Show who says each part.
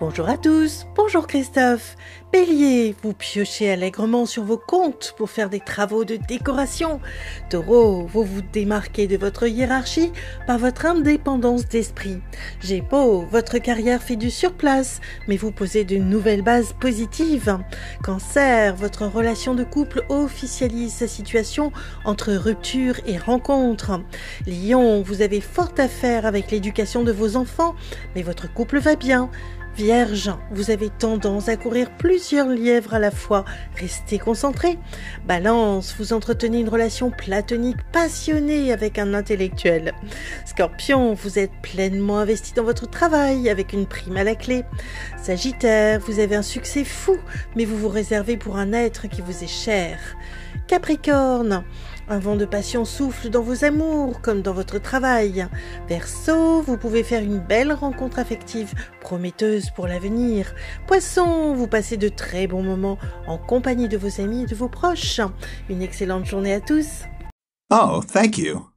Speaker 1: Bonjour à tous, bonjour Christophe. Bélier, vous piochez allègrement sur vos comptes pour faire des travaux de décoration. Taureau, vous vous démarquez de votre hiérarchie par votre indépendance d'esprit. Gémeaux, votre carrière fait du surplace, mais vous posez de nouvelles bases positives. Cancer, votre relation de couple officialise sa situation entre rupture et rencontre. Lion, vous avez fort à faire avec l'éducation de vos enfants, mais votre couple va bien. Vierge, vous avez tendance à courir plusieurs lièvres à la fois. Restez concentré. Balance, vous entretenez une relation platonique passionnée avec un intellectuel. Scorpion, vous êtes pleinement investi dans votre travail avec une prime à la clé. Sagittaire, vous avez un succès fou, mais vous vous réservez pour un être qui vous est cher. Capricorne, un vent de passion souffle dans vos amours comme dans votre travail. Verseau, vous pouvez faire une belle rencontre affective prometteuse pour l'avenir. Poisson, vous passez de très bons moments en compagnie de vos amis et de vos proches. Une excellente journée à tous.
Speaker 2: Oh, thank you.